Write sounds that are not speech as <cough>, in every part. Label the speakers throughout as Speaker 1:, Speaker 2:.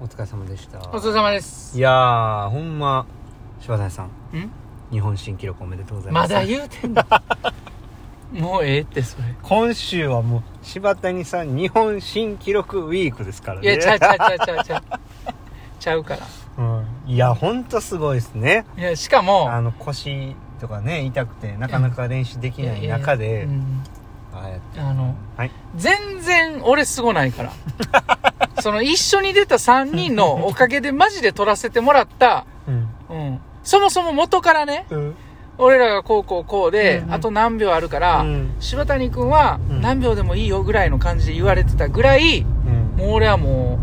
Speaker 1: お疲れ様でした
Speaker 2: お疲れ様です
Speaker 1: いやーほんま柴谷さん
Speaker 2: ん
Speaker 1: 日本新記録おめでとうございま
Speaker 2: ますだ言うてんの <laughs> もうええってそれ
Speaker 1: 今週はもう柴谷さん日本新記録ウィークですから
Speaker 2: い
Speaker 1: ね
Speaker 2: やちゃうちゃうちゃうちゃうちゃうちゃうから
Speaker 1: うん、いやほんとすごいですね
Speaker 2: いやしかも
Speaker 1: あの腰とかね痛くてなかなか練習できない中
Speaker 2: いやいや
Speaker 1: で
Speaker 2: うん
Speaker 1: ああやって
Speaker 2: あの
Speaker 1: はい
Speaker 2: 全然俺すごないから
Speaker 1: <laughs>
Speaker 2: その一緒に出た3人のおかげでマジで撮らせてもらった、
Speaker 1: うん
Speaker 2: うん、そもそも元からね
Speaker 1: うん
Speaker 2: 俺らがこうこうこうで、
Speaker 1: うんうん
Speaker 2: あと何秒あるから、
Speaker 1: うん
Speaker 2: 柴谷君は
Speaker 1: うん
Speaker 2: 何秒でもいいよぐらいの感じで言われてたぐらいもう俺はも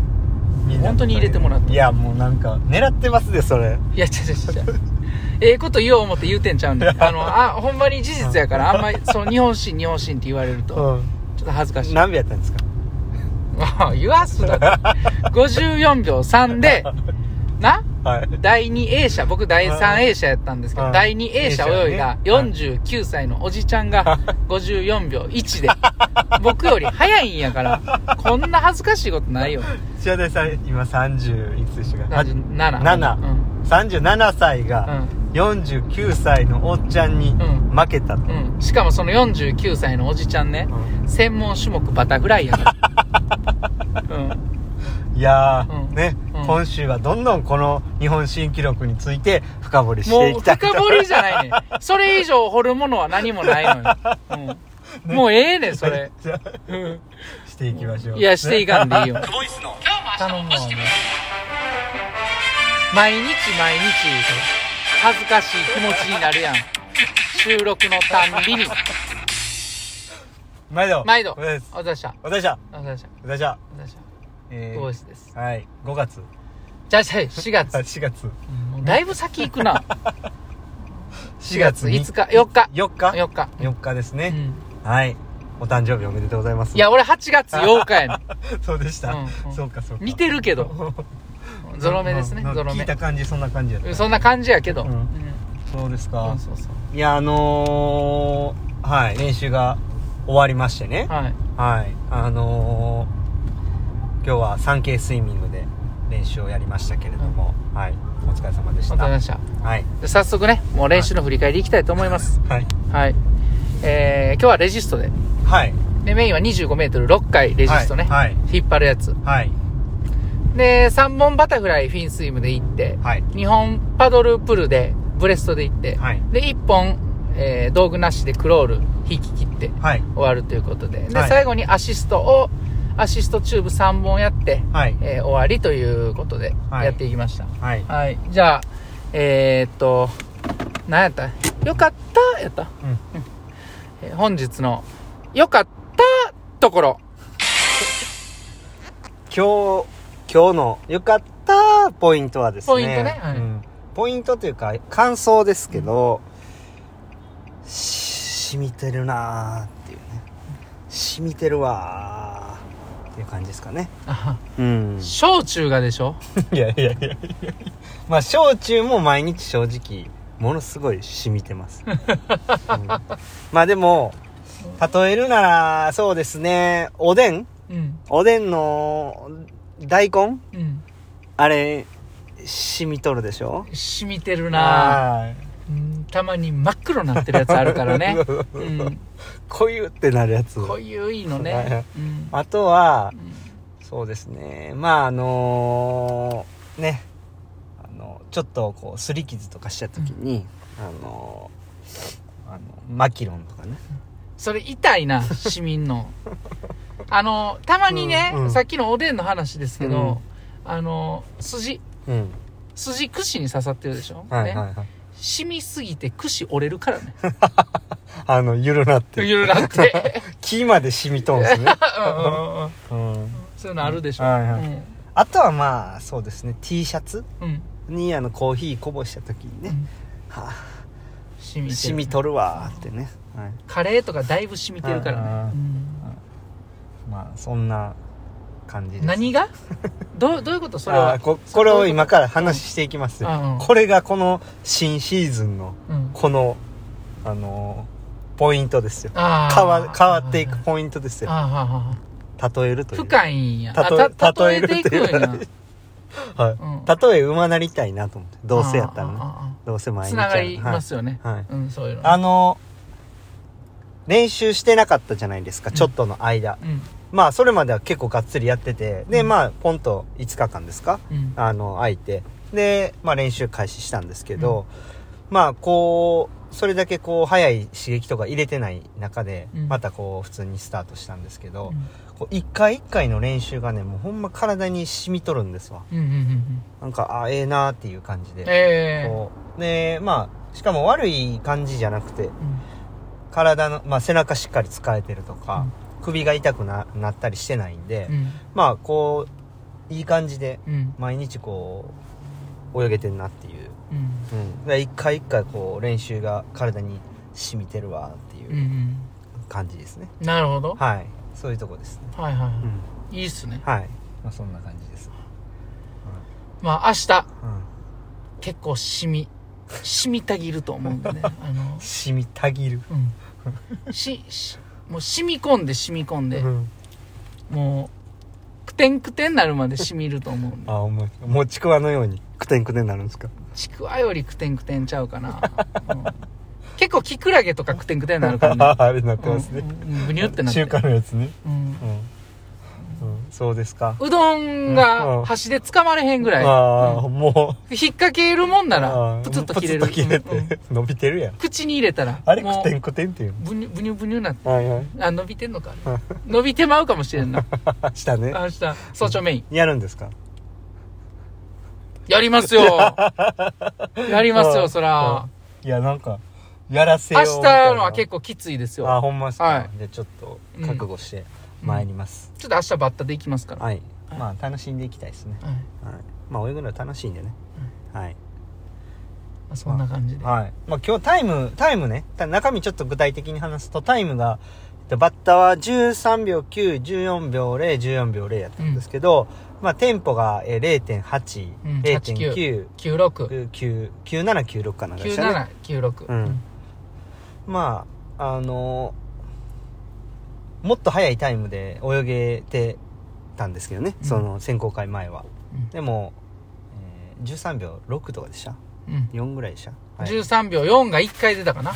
Speaker 1: みんな
Speaker 2: 本当に入れてもらった
Speaker 1: いやもうなんか狙ってますねそれ
Speaker 2: ういやちゃちゃちゃええこと言おう思って言うてんち
Speaker 1: <laughs>
Speaker 2: ゃうんであのあほんまに事実やからあんまりその日本新日本新って言われると
Speaker 1: う
Speaker 2: ちょっと恥ずかし
Speaker 1: ん
Speaker 2: い
Speaker 1: 何秒やったんですか
Speaker 2: <laughs> 言わすなって54秒3でな
Speaker 1: はい
Speaker 2: 第 2A 社僕第 3A 社やったんですけ
Speaker 1: う
Speaker 2: ど
Speaker 1: ん
Speaker 2: 第 2A 社泳いだ
Speaker 1: うん
Speaker 2: 49歳のおじちゃんが54秒1で僕より早いんやからこんな恥ずかしいことないよ
Speaker 1: 塩田さん今30いくつでしたか
Speaker 2: 7
Speaker 1: 7
Speaker 2: うん
Speaker 1: 37歳が49歳のおっちゃんに
Speaker 2: ん
Speaker 1: 負けたと、
Speaker 2: うん、うん、しかもその49歳のおじちゃんね専門種目バタフライやから
Speaker 1: <laughs>
Speaker 2: うん
Speaker 1: いやー、
Speaker 2: うん
Speaker 1: ね、
Speaker 2: うん
Speaker 1: 今週はどんどんこの日本新記録について深掘りしてい
Speaker 2: もう
Speaker 1: きたいと
Speaker 2: 深掘りじゃないねんそれ以上掘るものは何もないのよ、うん、もうええねんそれ、
Speaker 1: じゃあ
Speaker 2: うん
Speaker 1: <laughs> していきましょう
Speaker 2: いや、してい
Speaker 1: か
Speaker 2: かんでいいよ。頼むわ、もう毎日毎日、恥ずかしい気持ちになるやん。収録のたんびに。
Speaker 1: 毎度
Speaker 2: 毎度。
Speaker 1: お疲れ様です
Speaker 2: お疲れ様でした。
Speaker 1: お疲れ様でした
Speaker 2: お疲れ様でした。
Speaker 1: お疲れ様でした
Speaker 2: お疲れ様でした。
Speaker 1: え
Speaker 2: ボイスです。
Speaker 1: はい5月
Speaker 2: じゃあ、じゃあ4月。
Speaker 1: 4月
Speaker 2: もうだいぶ先行くな。
Speaker 1: 4月
Speaker 2: 4月
Speaker 1: に
Speaker 2: 5日、4日。
Speaker 1: 4日
Speaker 2: 4日。
Speaker 1: 4日です
Speaker 2: う
Speaker 1: ね、
Speaker 2: ん
Speaker 1: はいお誕生日おめでとうございます
Speaker 2: いや、俺8月8日やねん。
Speaker 1: <laughs> そうでした、
Speaker 2: うんうん
Speaker 1: そうかそうか
Speaker 2: 見てるけど。
Speaker 1: <laughs>
Speaker 2: ゾロ目ですね
Speaker 1: うん、うん
Speaker 2: ゾロ
Speaker 1: 聞い
Speaker 2: 目
Speaker 1: た。感じそんな感じやった
Speaker 2: そんな感じやけど。
Speaker 1: う
Speaker 2: うんん。
Speaker 1: そうです
Speaker 2: う
Speaker 1: か、
Speaker 2: んそうそう。
Speaker 1: いやあのー、はい練習が終わりましてね
Speaker 2: はい。
Speaker 1: はいあのー、今日は 3K スイミングで練習をやりましたけれども、はいお疲れ様でし
Speaker 2: お
Speaker 1: た
Speaker 2: 疲れ様でした。
Speaker 1: はい
Speaker 2: で早速ね、もう練習の振り返りいきたいと思います。
Speaker 1: はい
Speaker 2: はい。えー、今日はレジストで。
Speaker 1: はい
Speaker 2: で、メインは25メートル6回レジストね。
Speaker 1: はいはい
Speaker 2: 引っ張るやつ。
Speaker 1: はい
Speaker 2: で、3本バタフライフィンスイムで行って、
Speaker 1: はい
Speaker 2: 2本パドルプルでブレストで行って、
Speaker 1: はい
Speaker 2: で、1本、えー道具なしでクロール引き切って
Speaker 1: はい
Speaker 2: 終わるということで。で、
Speaker 1: はい
Speaker 2: 最後にアシストを、アシストチューブ3本やって、
Speaker 1: はい
Speaker 2: えー終わりということで、
Speaker 1: はい
Speaker 2: やっていきました。
Speaker 1: はい
Speaker 2: はい、じゃあ、えー、っと、何やったよかったやった、
Speaker 1: うん
Speaker 2: えー本日の、よかったところ。
Speaker 1: 今日今日の良かったポイントはですね
Speaker 2: ポイントねはい
Speaker 1: うんポイントというか感想ですけど、し染みてるなーっていうね染みてるわーっていう感じですかねうん
Speaker 2: 小中がでしょ
Speaker 1: <laughs> いやいやいやいやまあ小中も毎日正直ものすごい染みて <laughs> ます、うんまあでも例えるならそうですねおでん
Speaker 2: うん、
Speaker 1: おでんの大根
Speaker 2: うん。
Speaker 1: あれ、染みとるでしょ
Speaker 2: 染みてるなぁ、
Speaker 1: あ
Speaker 2: うんたまに真っ黒になってるやつあるか
Speaker 1: <laughs>
Speaker 2: らね。
Speaker 1: う
Speaker 2: うんん。
Speaker 1: こういうってなるやつ。
Speaker 2: こういういいの
Speaker 1: はい
Speaker 2: ね。うん。
Speaker 1: あとは
Speaker 2: う、ん
Speaker 1: そうですね。まあ、あのーね。あの、ちょっとこう、すり傷とかした時に、あのーあの、マキロンとかね。
Speaker 2: それ痛いな、市民の。あの、たまにね、
Speaker 1: うんうん
Speaker 2: さっきのおでんの話ですけど、あの、筋、
Speaker 1: うん。
Speaker 2: 筋串に刺さってるでしょ、
Speaker 1: はい
Speaker 2: ね
Speaker 1: はいはい。
Speaker 2: 染みすぎて串折れる
Speaker 1: <laughs>
Speaker 2: からね。
Speaker 1: あの、ゆるなって。
Speaker 2: ゆるなって。
Speaker 1: 木まで染みとんですね。
Speaker 2: <laughs> うんうん
Speaker 1: <laughs>
Speaker 2: <laughs> うん
Speaker 1: うん。
Speaker 2: そういうのあるでしょ。
Speaker 1: はいは
Speaker 2: う
Speaker 1: い
Speaker 2: ん
Speaker 1: あとはまあ、そうですね。T シャツ
Speaker 2: うん。
Speaker 1: に、あの、コーヒーこぼした時にね。
Speaker 2: うん
Speaker 1: はあ
Speaker 2: 染みてる
Speaker 1: 染み取るわーってね、はい、
Speaker 2: カレーとかだいぶ染みてるからね。うん
Speaker 1: まあそんな感じです
Speaker 2: 何が
Speaker 1: <laughs>
Speaker 2: どうどういうことそれ
Speaker 1: あー
Speaker 2: は。
Speaker 1: ここれを今から話していきますよ、
Speaker 2: うんうん
Speaker 1: これがこの新シーズンの
Speaker 2: うん。
Speaker 1: このあのーポイントですよ
Speaker 2: あー
Speaker 1: 変わ変わっていく。ポイントですよ
Speaker 2: あーはーはー
Speaker 1: 例えるという
Speaker 2: 深いんや。
Speaker 1: たと
Speaker 2: あた
Speaker 1: 例
Speaker 2: 例
Speaker 1: え
Speaker 2: え
Speaker 1: る
Speaker 2: ていくん
Speaker 1: という
Speaker 2: や。
Speaker 1: はい
Speaker 2: うん
Speaker 1: 例え馬なり <laughs> たいなと思ってどうせやったら
Speaker 2: あ
Speaker 1: ね
Speaker 2: ああ
Speaker 1: どうせ
Speaker 2: あ
Speaker 1: 毎
Speaker 2: つ
Speaker 1: 日
Speaker 2: な
Speaker 1: や
Speaker 2: が
Speaker 1: る
Speaker 2: りますよね、
Speaker 1: はいはい
Speaker 2: うんそういうの
Speaker 1: あの練習してなかったじゃないですかちょっとの間、
Speaker 2: うん
Speaker 1: まあそれまでは結構がっつりやっててでまあポンと5日間ですか
Speaker 2: うん
Speaker 1: あの空いてで、まあ、練習開始したんですけど、まあこうそれだけこう早い刺激とか入れてない中で、
Speaker 2: うん
Speaker 1: またこう普通にスタートしたんですけど、
Speaker 2: うん
Speaker 1: こう一回一回の練習がねもうほんま体に染みとるんですわ
Speaker 2: うんうんうんうん
Speaker 1: なんかあええなーっていう感じで、
Speaker 2: ええ
Speaker 1: こうでまあしかも悪い感じじゃなくて
Speaker 2: うん
Speaker 1: 体の、まあ、背中しっかり使えてるとか、首が痛くななったりしてないんで、
Speaker 2: うん
Speaker 1: まあこういい感じで
Speaker 2: うん
Speaker 1: 毎日こう泳げてんなっていう、
Speaker 2: うん
Speaker 1: うん、で一回一回こう練習が体に染みてるわって
Speaker 2: うんう
Speaker 1: いうん感じですね、
Speaker 2: なるほど、
Speaker 1: はいそういうとこですね、
Speaker 2: はい、はいは
Speaker 1: うん、
Speaker 2: いいいっすね
Speaker 1: はい、まあ、そんな感じです、
Speaker 2: まあ明日
Speaker 1: うん、
Speaker 2: 結構しみしみたぎると思うん
Speaker 1: <laughs>
Speaker 2: でねあの
Speaker 1: 染みたぎる、
Speaker 2: うんししもう染み込んで染み込んで、
Speaker 1: うん、
Speaker 2: もうくてんくてんなるまで染みると思うんで
Speaker 1: あお前もうちくわのようにくてんくてんなるんですか
Speaker 2: ちくわよりくてんくてんちゃうかな、うん結構キクラゲとかくてんくてんなるからね
Speaker 1: <laughs> あれなってます
Speaker 2: う
Speaker 1: ね、
Speaker 2: んうんうん、ぐにゅってなって
Speaker 1: 中華のやつね
Speaker 2: うん
Speaker 1: うん、うん、そうですか
Speaker 2: うどんが端で掴まれへんぐらい、
Speaker 1: ああ、
Speaker 2: うん
Speaker 1: もう
Speaker 2: 引っ掛けるもんな
Speaker 1: あ
Speaker 2: ら
Speaker 1: ー
Speaker 2: プツッと切れる
Speaker 1: プツッと切
Speaker 2: うんう
Speaker 1: れ
Speaker 2: ん
Speaker 1: て、伸びてるやん
Speaker 2: 口に入れたら
Speaker 1: あれ
Speaker 2: も
Speaker 1: くてんくてんっていう
Speaker 2: うブニュブニュブニュなって
Speaker 1: のはいはい
Speaker 2: あ伸びてんのかあれ伸びてまうかもしれんな
Speaker 1: あした <laughs> ね
Speaker 2: 明日早朝メイン
Speaker 1: やるんですか
Speaker 2: やりま
Speaker 1: <laughs>
Speaker 2: すよやりますよそら
Speaker 1: いやなんかやらせよ
Speaker 2: 明
Speaker 1: う
Speaker 2: 日のは結
Speaker 1: 構
Speaker 2: 構きついです
Speaker 1: あ
Speaker 2: よ
Speaker 1: ほんまっすか、
Speaker 2: は
Speaker 1: でちょっと覚悟して参ります、
Speaker 2: ちょっと明日バッタで行きますから、
Speaker 1: はい
Speaker 2: はい
Speaker 1: まあ楽しんでいきたいですね、
Speaker 2: はいま
Speaker 1: はい、まあ泳ぐのは楽しいんでねはい、
Speaker 2: あそんな感じで、
Speaker 1: はいまあ、今日タイムタイムねた中身ちょっと具体的に話すとタイムがえっとバッターは13秒914秒014秒0やったんですけど、まあテンポがえー
Speaker 2: うん
Speaker 1: 0.8、
Speaker 2: 969796
Speaker 1: 0.9、9796かなんかでしたね。うんまああのもっと早いタイムで泳げてたんですけどね、
Speaker 2: うん
Speaker 1: その選考会前はでも、えー13秒6とかでした
Speaker 2: うん
Speaker 1: 4ぐらいでした、はいうんだか
Speaker 2: 13秒4が1回出たかな、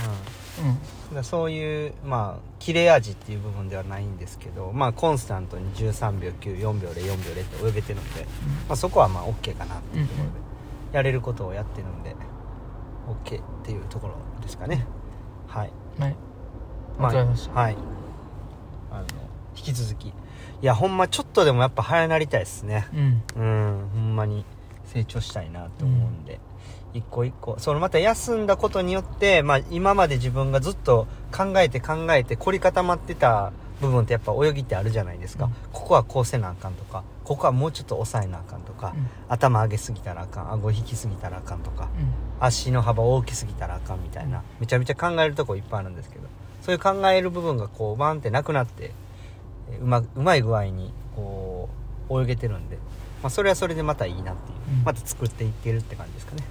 Speaker 2: う
Speaker 1: らそういうまあ切れ味っていう部分ではないんですけどまあコンスタントに13秒94秒04秒0って泳げてるので、まあ、そこはまあ OK かなっていうところで、やれることをやってるんで OK っていうところですかねはい
Speaker 2: ん、はい
Speaker 1: ま
Speaker 2: わかりました
Speaker 1: あ、はいあの引き続きいやほんまちょっとでもやっぱ早なりたいですね
Speaker 2: うん
Speaker 1: うんほんまに成長したいなと思うんで、一個一個そのまた休んだことによって、まあ、今まで自分がずっと考えて考えて凝り固まってた部分ってやっぱ泳ぎってあるじゃないですか、
Speaker 2: うん
Speaker 1: ここはこうせなあかんとかここはもうちょっと抑えなあかんとか、
Speaker 2: うん
Speaker 1: 頭上げすぎたらあかん顎引きすぎたらあかんとか
Speaker 2: うん
Speaker 1: 足の幅大きすぎたらあかんみたいなめちゃめちゃ考えるとこいっぱいあるんですけどそういう考える部分がこうバンってなくなってえうまうまい具合にこう泳げてるんで、まあ、それはそれでまたいいなっていう
Speaker 2: うん
Speaker 1: また作っていけるって感じですかね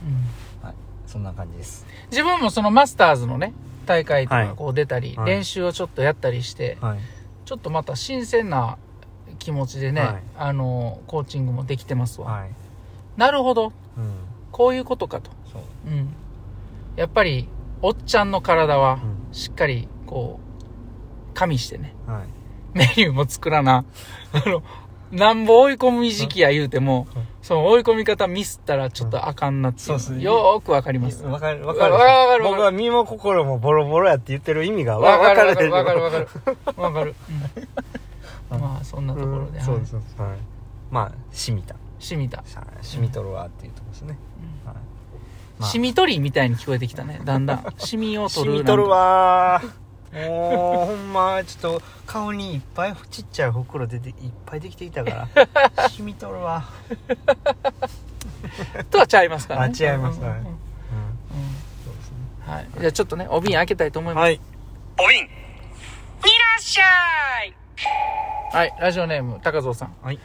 Speaker 2: うん
Speaker 1: はいそんな感じです
Speaker 2: 自分もそのマスターズのね大会と
Speaker 1: はい
Speaker 2: かこう出たり、
Speaker 1: はい
Speaker 2: 練習をちょっとやったりして、
Speaker 1: はい
Speaker 2: ちょっとまた新鮮な気持ちでね、
Speaker 1: はい
Speaker 2: あのコーチングもできてますわ、
Speaker 1: はい
Speaker 2: なるほど
Speaker 1: うん
Speaker 2: こういうことかと、
Speaker 1: そう
Speaker 2: うん、やっぱりおっちゃんの体は
Speaker 1: う
Speaker 2: しっかりこう加味してね <laughs>
Speaker 1: んはい
Speaker 2: メニューも作らな <laughs> あのなんぼ追い込む時期や言うても、
Speaker 1: うん
Speaker 2: その追い込み方ミスったらちょっとあかんなっていう,、
Speaker 1: うんそうっすね
Speaker 2: よーくわかります
Speaker 1: わかるわ
Speaker 2: わ
Speaker 1: か
Speaker 2: か
Speaker 1: る
Speaker 2: るわかる
Speaker 1: 僕は身も心もボロボロやって言ってる意味が
Speaker 2: わかるわか
Speaker 1: で
Speaker 2: るわかる
Speaker 1: わ
Speaker 2: わかるわかる、うん、まあそんなところで、
Speaker 1: うん
Speaker 2: はい
Speaker 1: そうそうそうはいまあしみた
Speaker 2: しみた、
Speaker 1: しゃしみとるわっていうとこですね、はいまあ
Speaker 2: しみ取りみたいに聞こえてきたねだんだんしみを取
Speaker 1: 染
Speaker 2: る
Speaker 1: みとるわーもうほんまちょっと顔にいっぱいちっちゃいほくろ出ていっぱいできてきたから <laughs> 染みとるわ、
Speaker 2: なんかとはちゃいますからね
Speaker 1: あ違います
Speaker 2: う
Speaker 1: <laughs>
Speaker 2: んうん
Speaker 1: は
Speaker 2: うん
Speaker 1: いそうです
Speaker 2: はいじゃあちょっとねお瓶開けたいと思
Speaker 1: ね
Speaker 2: います
Speaker 1: はいおびん
Speaker 2: いらっしゃいはいラジオネーム高蔵さん
Speaker 1: はい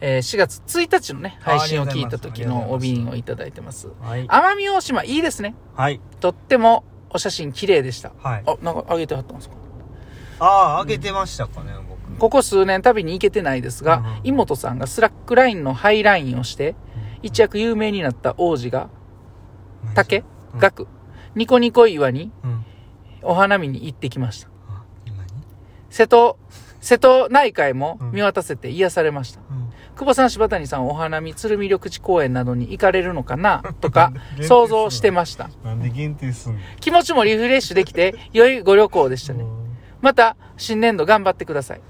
Speaker 2: えー4月1日のね配信を
Speaker 1: ああり
Speaker 2: 聞い
Speaker 1: がと
Speaker 2: た
Speaker 1: うございます
Speaker 2: 時のお瓶をいただいてます
Speaker 1: はい
Speaker 2: 奄美大島いいですね
Speaker 1: はい
Speaker 2: とってもお写真綺麗でした
Speaker 1: はい
Speaker 2: あなんかあげてはったんですか
Speaker 1: ああ開けてましたかね僕
Speaker 2: ここ数年旅に行けてないですが、
Speaker 1: うんうん
Speaker 2: 妹さんがスラックラインのハイラインをして、
Speaker 1: う
Speaker 2: 一躍有名になった王子が、竹、
Speaker 1: うん
Speaker 2: ガク、ニコニコ岩に
Speaker 1: うん。
Speaker 2: お花見に行ってきました。
Speaker 1: あ今に
Speaker 2: 瀬戸、瀬戸内海も
Speaker 1: うん、
Speaker 2: 見渡せて癒されました。久保さん、柴谷さん、お花見、鶴見緑地公園などに行かれるのかなとか
Speaker 1: <laughs>
Speaker 2: 想像してました。
Speaker 1: なんで限定すんの
Speaker 2: 気持ちもリフレッシュできて、良いご旅行でしたね。また、新年度頑張ってください。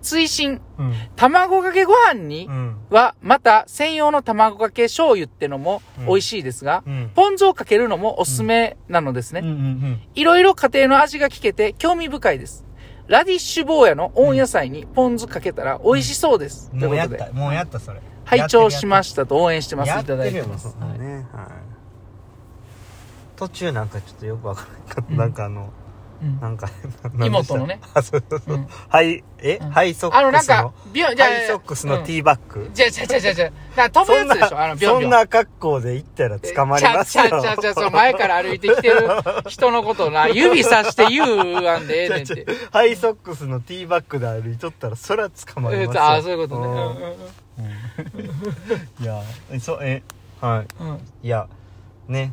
Speaker 2: 追伸、
Speaker 1: うん。
Speaker 2: 卵かけご飯に
Speaker 1: うん。
Speaker 2: は、また、専用の卵かけ醤油ってのも美味しいですが、
Speaker 1: うん。
Speaker 2: ポン酢をかけるのもおすすめなのですね
Speaker 1: うん。うん
Speaker 2: いろいろ家庭の味が聞けて興味深いです。ラディッシュ坊やの温野菜にポン酢かけたら美味しそうです。
Speaker 1: うん。
Speaker 2: とい
Speaker 1: もう
Speaker 2: う
Speaker 1: や
Speaker 2: こ
Speaker 1: っ
Speaker 2: とで
Speaker 1: た、、もうやった、それ。
Speaker 2: 拝聴しま
Speaker 1: し
Speaker 2: したと応援してます。
Speaker 1: や
Speaker 2: い
Speaker 1: って
Speaker 2: た
Speaker 1: る
Speaker 2: だ
Speaker 1: や
Speaker 2: いて
Speaker 1: ってる
Speaker 2: ま
Speaker 1: よ
Speaker 2: す。
Speaker 1: もう
Speaker 2: はい
Speaker 1: ね。はい。途中なんかちょっとよくわからなかった。
Speaker 2: うん
Speaker 1: なんかあの、
Speaker 2: うん
Speaker 1: なん
Speaker 2: <laughs>
Speaker 1: か、
Speaker 2: 妹のね。。
Speaker 1: <laughs> あ、そうそうそううんはい、え
Speaker 2: うん
Speaker 1: ハイソ
Speaker 2: あ
Speaker 1: ッ
Speaker 2: の、
Speaker 1: ク
Speaker 2: なん
Speaker 1: スの
Speaker 2: か、、ビョン、じゃあ
Speaker 1: ハイソックスの
Speaker 2: ー
Speaker 1: T バッグ。
Speaker 2: じゃあ、じゃあ、じゃあ、じゃあ、じゃあ、な飛ぶ
Speaker 1: そ
Speaker 2: や
Speaker 1: ん
Speaker 2: つでしょあ
Speaker 1: な、
Speaker 2: の、ビョン
Speaker 1: そ
Speaker 2: ビ
Speaker 1: ん
Speaker 2: ョン。
Speaker 1: な格好で行ったら捕まりますよ
Speaker 2: ち。ゃちゃちゃちゃ、そう前から歩いてきてる人のことな、指さして言うあんでええねん
Speaker 1: ちゃ
Speaker 2: て。
Speaker 1: ちゃハイソックスのティーバッグで歩いとったらそら捕まりますよ
Speaker 2: ああ、そういうことね。
Speaker 1: うんいやえそうえは
Speaker 2: うんうんうん
Speaker 1: いいやね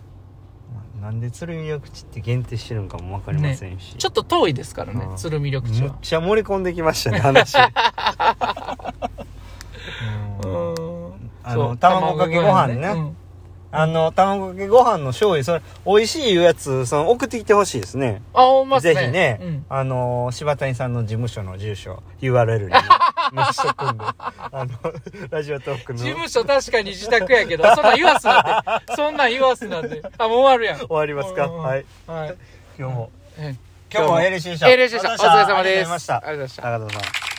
Speaker 1: まあなんで鶴見緑地って限定してるんかもわかりませんし、
Speaker 2: ちょっと遠いですからね
Speaker 1: う、ん
Speaker 2: 鶴見緑地
Speaker 1: むっ
Speaker 2: は。
Speaker 1: ちゃ盛り込んできましたね
Speaker 2: <laughs>
Speaker 1: 話うん
Speaker 2: うん
Speaker 1: あの卵かけご飯ねあの卵かけご飯の醤油それ美味しいいうやつその送ってきてほしいですね
Speaker 2: あ、ほんまっすね。
Speaker 1: ぜひね、
Speaker 2: うん
Speaker 1: あの柴谷さんの事務所の住所 URL に
Speaker 2: <laughs>
Speaker 1: 載せとくんであのラジオトークの
Speaker 2: 事
Speaker 1: 終
Speaker 2: 務所確かに自宅やけど、そんなん言わすなって。そんなん言わすなって。あ、もう終わるやん。
Speaker 1: わりますか、
Speaker 2: うん
Speaker 1: はい
Speaker 2: はい。
Speaker 1: 今日も
Speaker 2: ええ
Speaker 1: 今日も LC でした
Speaker 2: ええ、礼でした。お疲れ
Speaker 1: あ
Speaker 2: 様です。
Speaker 1: りがとうございました
Speaker 2: ありがとうございました。
Speaker 1: 高田さん